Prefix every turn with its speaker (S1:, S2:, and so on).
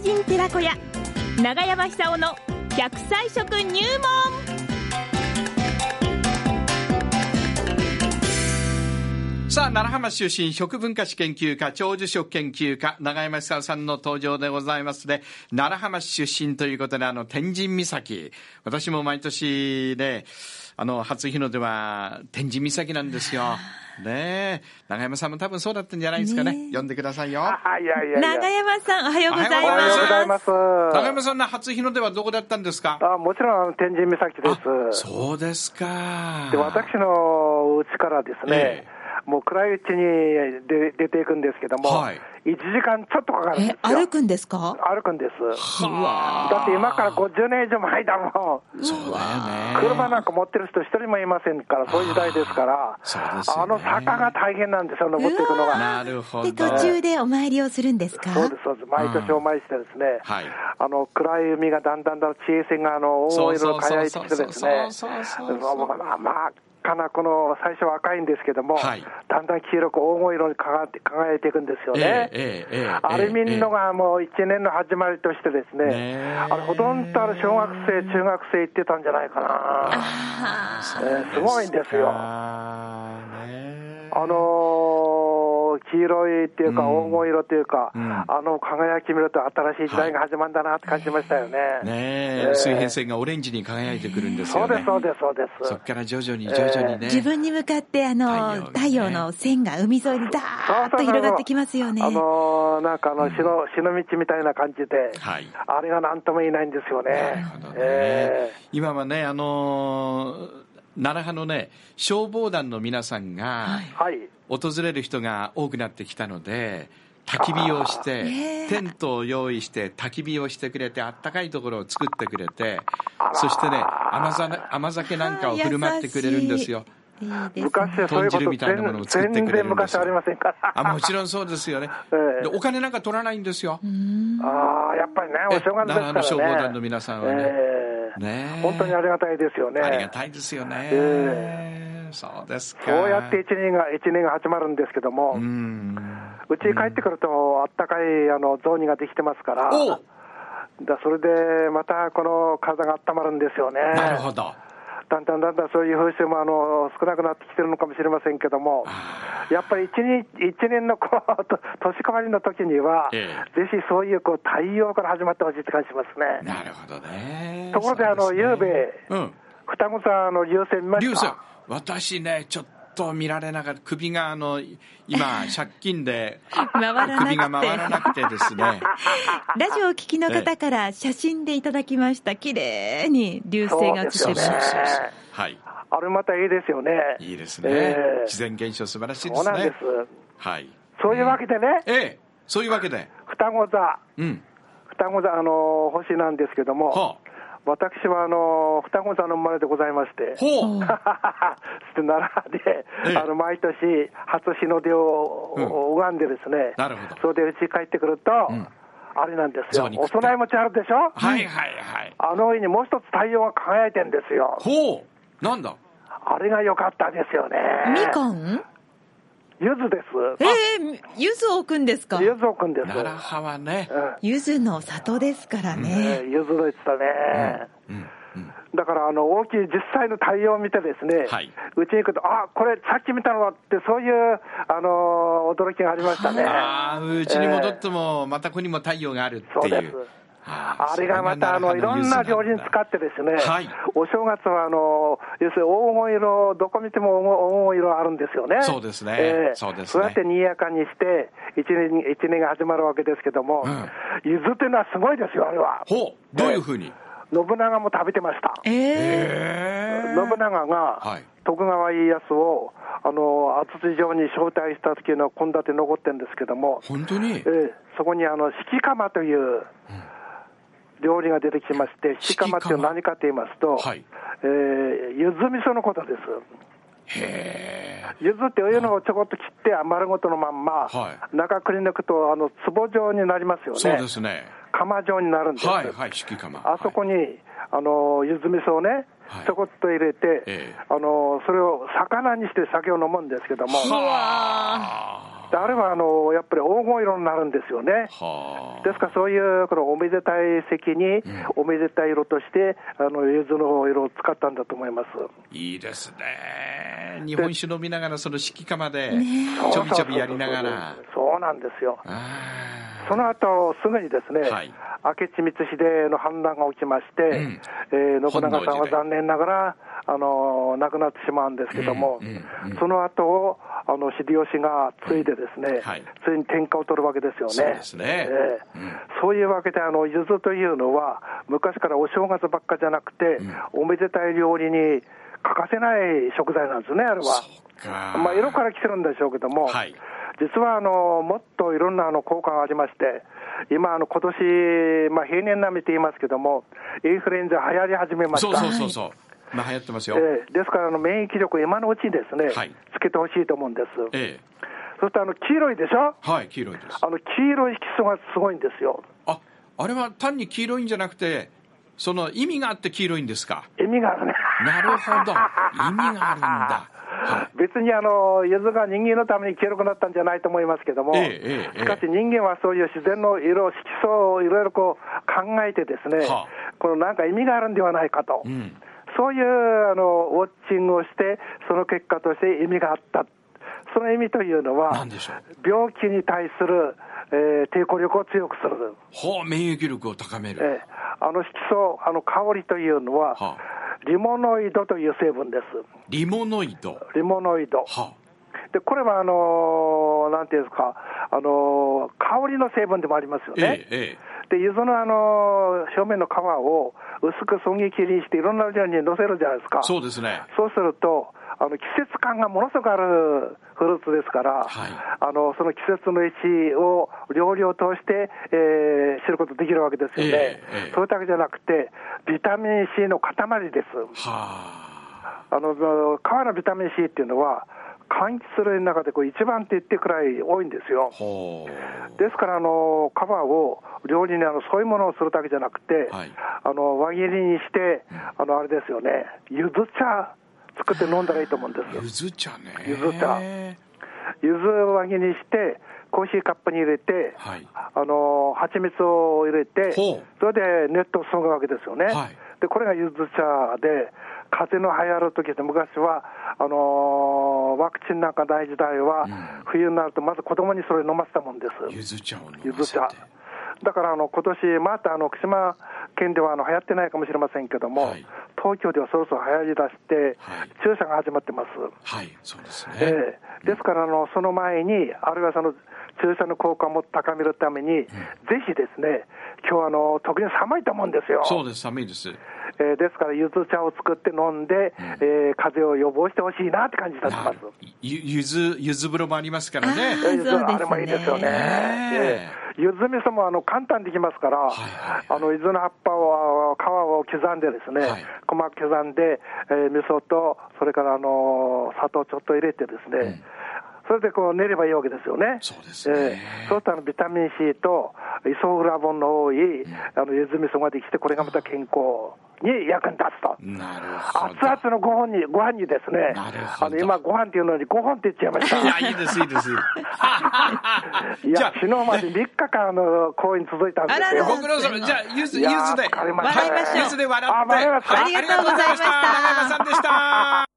S1: 人寺子屋長山久夫の100歳食入門
S2: さあ、奈良浜出身食文化史研究家、長寿食研究家、永山久夫さんの登場でございますで、奈良浜市出身ということで、あの、天神岬。私も毎年ね、あの、初日の出は天神岬なんですよ。ねえ。永山さんも多分そうだったんじゃないですかね。
S1: ねえ
S2: 呼んでくださいよ。
S3: あいやいやいや。
S1: 長山さんおはようござい
S2: おは
S3: おはようござい
S1: ま
S3: ますす。
S2: 永山さんの初日の出はどこだったんですか
S3: あもちろん天神岬です。
S2: そうですか。
S3: で私の家からですね
S2: え、
S3: もう暗いうちに出出ていくんですけども、
S2: はい
S3: 1時間ちょっとかかるんです
S1: え
S3: よ。
S1: 歩くんですか
S3: 歩くんです。
S2: は
S3: だって今から50年以上前だもん。
S2: そうだよね。
S3: 車なんか持ってる人一人もいませんから、そういう時代ですから、
S2: そうですよね
S3: あの坂が大変なんですよ、登っていくのが。
S2: なるほど。
S1: で途中でお参りをするんですか
S3: そうです、そうです。毎年お参りしてですね、
S2: はい
S3: あの、暗い海がだんだんだん地平線が、あの、
S2: そ
S3: 大
S2: う
S3: 色
S2: そ
S3: を
S2: うそう
S3: 輝いてきてですね、
S2: そうそうそうそうそう
S3: まあ、まあ、かな、この、最初は赤いんですけども、
S2: はい
S3: だんだん黄色く黄金色に輝いて輝いていくんですよね。
S2: ええええええ
S3: あれ見るのがもう1年の始まりとしてですね、
S2: ねえ
S3: あれほとんどあれ小学生、中学生行ってたんじゃないかな。えーすごいんですよ
S2: あーね
S3: あのー黄色いっていうか、
S2: うん
S3: 黄金色っていうか、
S2: うん
S3: あの輝き見ると、新しい時代が始まるんだなって感じましたよね。
S2: ねえ
S3: ええ
S2: 水平線がオレンジに輝いてくるんです
S3: そ
S2: よ
S3: うです、
S2: ね。
S3: そうです、そうです。
S2: そっから徐々に徐々にね。
S1: 自分に向かってあの太
S2: 太
S1: 陽,、
S2: 陽がね
S1: の線が海沿いにダーッと広がってきますよね
S3: あのーなんかあの、死の、死の道みたいな感じで、
S2: はい
S3: あれがなんとも言えないんですよね。
S2: なるほどね。
S3: え
S2: 今はね、あのー奈良派のね、消防団の皆さんが
S3: えはい。
S2: 訪れる人が多くなってきたので、焚き火をし
S1: ね
S2: て
S1: え、
S2: テントを用意して、焚き火をしてくれて、あったかいところを作ってくれて
S3: あ、ら
S2: そしてね、甘酒甘酒なんかを振る舞ってくれるんですよ。
S1: いいですね
S3: 昔はそうい
S2: 豚
S3: うこ
S2: 汁
S3: と
S2: みたいなものを作って
S3: 全
S2: くれるん
S3: 全
S2: ですよ
S3: 然昔ありませんから。
S2: あ、もちろんそうですよね。
S3: ええ
S2: でお金なんか取らないんですよ。
S3: ああ、やっぱりね、お正月ですからね。
S2: え長野消防団の皆さんはね
S3: ええ
S2: ねえ
S3: 本当にありがたいですよね。
S2: ありがたいですよね。
S3: え
S2: そうですか。
S3: こうやって一年が、一年が始まるんですけども、う
S2: うん。
S3: ちに帰ってくると、あったかい、あの、雑煮ができてますから、
S2: おう
S3: だそれで、また、この、体が温まるんですよね。
S2: なるほど。
S3: だんだんだんだんそういう風習もあの少なくなってきてるのかもしれませんけども、やっぱり一年一年のこう と年変わりの時には、
S2: え
S3: ぜひそういうこう太陽から始まってほしいって感じしますね。
S2: なるほどね。
S3: ところであの
S2: そうすね
S3: 昨夜
S2: うん。
S3: 双子さん、あの流星見ま
S2: リュ
S3: し
S2: ウさ
S3: た
S2: ん、私ね、ちょっと見られなかった。首が、あの、 今、借金で、
S1: 回ら
S2: 首が
S1: なく
S2: 回らな
S1: て
S2: くてです ね。
S1: ラジオを聞きの方から写真でいただきました綺麗に流星が映って
S3: そ
S2: そうう
S3: で
S1: る
S3: す
S2: そうそ
S3: よね
S2: うそう。はい。
S3: あれまたいいですよね。
S2: いいですね。
S3: ええ
S2: 自然現象素晴らしいで
S3: そう
S2: す
S3: なんです
S2: ね。。はい。
S3: そういうわけでね、
S2: ええ、そういうわけで。
S3: 双子座、
S2: うん。
S3: 双子座、あの星なんですけども、
S2: はあ。
S3: 私はあの双子座の生まれでございまして。
S2: ほう。
S3: して奈良で、
S2: ええ
S3: あの毎年、初日の出を
S2: うん
S3: 拝んでですね、
S2: なるほど
S3: それで家に帰ってくると、
S2: ん
S3: あれなんですよ
S2: 雑、煮食
S3: お
S2: って
S3: 供え餅あるでしょ、
S2: はいはいはい。
S3: あの上にもう一つ太陽が輝いてんですよ、
S2: ほう。なんだ。
S3: あれが良かったですよね、
S1: みかん
S3: 柚子です、
S1: ええ柚子を置くんですか
S3: 柚子をくんです、
S2: 奈良派はね。
S3: うん
S1: 柚子の里ですから
S3: え
S1: ね、
S3: ー柚子でしたね。
S2: うん。うん。
S3: だからあの大きい実際の太陽を見て、ですね、
S2: はいう
S3: ちに行くと、あこれ、さっき見たのはって、そういう、あのー驚きがありましたね。
S2: ああ、うちに戻っても、またここにも太陽があるって
S3: そう
S2: い
S3: で
S2: う
S3: す。
S2: あー
S3: あれがまたあのいろんな行事に使ってですね、
S2: はい
S3: お正月はあの要するに黄金色、どこ見ても黄金色あるんですよね。
S2: そうですねそうですね
S3: そうやって賑やかにして一年一年が始まるわけですけども、
S2: うん
S3: 柚子っていうのはすごいですよあれは。
S2: ほう。どういうふうに。
S3: 信長も食べてました。
S1: ええ
S2: え
S3: 信長が、
S2: はい
S3: 徳川家康をあの安土城に招待した時の献立残ってるんですけども、
S2: 本当に
S3: え。えそこにあの、敷釜という料理が出てきまして、敷釜っていうのは何かと言いますと、
S2: はい
S3: えー柚子味噌のことです。
S2: へえ。
S3: 柚子っていうのをちょこっと切って丸ごとのまんま、
S2: は
S3: 中くり抜くと、あの、壺状になりますよね。
S2: そうですね。
S3: 釜状になるんです。
S2: はいはい、式釜。
S3: あそこ
S2: に。
S3: に、あの、柚子味噌をね
S2: はい、
S3: ちょこっと入れて、
S2: ええ
S3: あの、それを魚にして酒を飲むんですけども、
S2: はあ。
S3: であればあのやっぱり黄金色になるんですよね。
S2: はあ
S3: ですからそういうこのおめでたい席におめでたい色として、あの柚子の色を使ったんだと思います。
S2: いいですね日本酒飲みながらその敷き釜でちょびちょびやりながら
S3: そうなんですよ。
S2: あ
S3: その後すぐにですね、
S2: はい
S3: 明智光秀の反乱が起きまして、
S2: ん
S3: えー信長さ
S2: 本
S3: ん
S2: 能
S3: は
S2: 寺で
S3: 残念ながら、あの亡くなってしまうんですけども、
S2: うんうんうん
S3: その後をあの秀吉が継いで、ですね、
S2: はい
S3: ついに天下を取るわけですよね。
S2: そうですね
S3: ええそういうわけで、あの柚子というのは、昔からお正月ばっかじゃなくて、おめでたい料理に欠かせない食材なんですね、あれは。
S2: そうか
S3: まあ、色から来てるんでしょうけども、
S2: はい
S3: 実はあのもっといろんなあの効果がありまして、今、あの今年まあ平年並みと言いますけども、インフルエンザ流行り始めました。
S2: そうそうそうそうまあ流行ってますよ
S3: ええですからあの免疫力、今のうちにですね、
S2: はい
S3: つけてほしいと思うんです。
S2: ええ
S3: そしてあの黄色いでしょ、
S2: はい黄色いです
S3: あの黄色い色素がすごいんですよ。
S2: ああれは単に黄色いんじゃなくてその意味があって黄色いんですか
S3: 意味があるね。
S2: なるほど意味があるんだはい
S3: 別にあの柚子が人間のために黄色くなったんじゃないと思いますけども、
S2: ええええ
S3: しかし人間はそういう自然の色、色素をいろいろこう考えて、ですね、
S2: は
S3: このなんか意味があるんではないかと、
S2: ん
S3: そういうあのウォッチングをして、その結果として意味があった、その意味というのは
S2: 何でしょう、
S3: 病気に対する、えー抵抗力を強くする。
S2: ほう免疫力を高める、
S3: ええあの色素、あの香りというのは、
S2: は
S3: リモノイドという成分です。
S2: リモノイド
S3: リモノイド。
S2: は
S3: でこれはあのーなんていうんですか、あのー香りの成分でもありますよ
S2: え
S3: ね。
S2: ええ
S3: で、柚子の、あのー表面の皮を薄くそぎ切りにして、いろんな料理に乗せるじゃないですか。
S2: そうですね
S3: そうすると、あの季節感がものすごくあるフルーツですから、
S2: はい
S3: あのその季節の位置を料理を通して、えー知ることできるわけですよね、
S2: ええええ
S3: それだけじゃなくて、ビタミン C の塊です。
S2: はあ
S3: あの皮のビタミン C っていうのは、柑橘類の中でこう一番って言ってくらい多いんですよ。
S2: ほう
S3: ですから、あの皮を料理にあのそういうものをするだけじゃなくて、
S2: はい
S3: あの輪切りにして、あのあれですよね、柚子茶作って飲んだらいいと思うんです。
S2: ゆず茶ね
S3: ゆず茶柚子を輪切りにして、コーヒーカップに入れて、
S2: はい
S3: あの蜂蜜を入れて、
S2: ほう
S3: それで熱湯を注ぐわけですよね、
S2: はい
S3: でこれが柚子茶で、風邪の流行る時って、昔はあのーワクチンなんかない時代は、冬になるとまず子供にそれ飲ませたもんです。
S2: ゆず茶を飲
S3: ゆ
S2: ま
S3: ず
S2: せて
S3: 茶。だからあの今年またあの福島県ではあの流行ってないかもしれませんけども、
S2: はい
S3: 東京ではそろそろ流行りだして、
S2: はい
S3: 注射が始まってます。
S2: はいそうですね、
S3: ええですからあの、その前に、あるいはその注射の効果をもっと高めるために、ぜひですね、今日あの特に寒いと思うんですよ。
S2: そうです寒いです
S3: ええですから、柚子茶を作って飲んで、ええ風邪を予防してほしいなって感じがし
S2: な
S3: ます
S2: る。ゆゆずゆず風呂もありますからね
S1: あー
S3: え
S1: そう
S3: え
S1: ですね
S3: あれもいいですよね。
S1: ね
S2: え
S3: ええゆず味噌もあの簡単にできますから、
S2: いはい
S3: あの、ゆずの葉っぱを、皮を刻んでですね、
S2: はい
S3: 細かく刻んで、えー味噌と、それからあのー砂糖ちょっと入れてですね、それでこう練ればいいわけですよね。
S2: そうですね
S3: ええそうするとあのビタミン C とイソフラボンの多い、あのゆず味噌ができて、これがまた健康に役に立つと。
S2: なるほど
S3: 熱々のご飯に、ご飯にですね、
S2: なるほど
S3: あの今ご飯っていうのにご飯って言っちゃいました。
S2: いやいいですいいです
S3: い
S2: じゃ
S3: や
S2: あ、
S3: 昨日まで3日間、あの、公演続いたんです
S1: あらら
S3: よ。
S2: ご苦労様。じゃあ、ゆず、
S3: い
S2: ゆ
S3: や
S2: ず
S3: ー
S2: で。
S3: わかりま
S1: した笑いましょう
S2: ゆずで笑って。
S3: あ笑いました
S1: ありがとうございました
S2: ありがとうございました中山さんでした。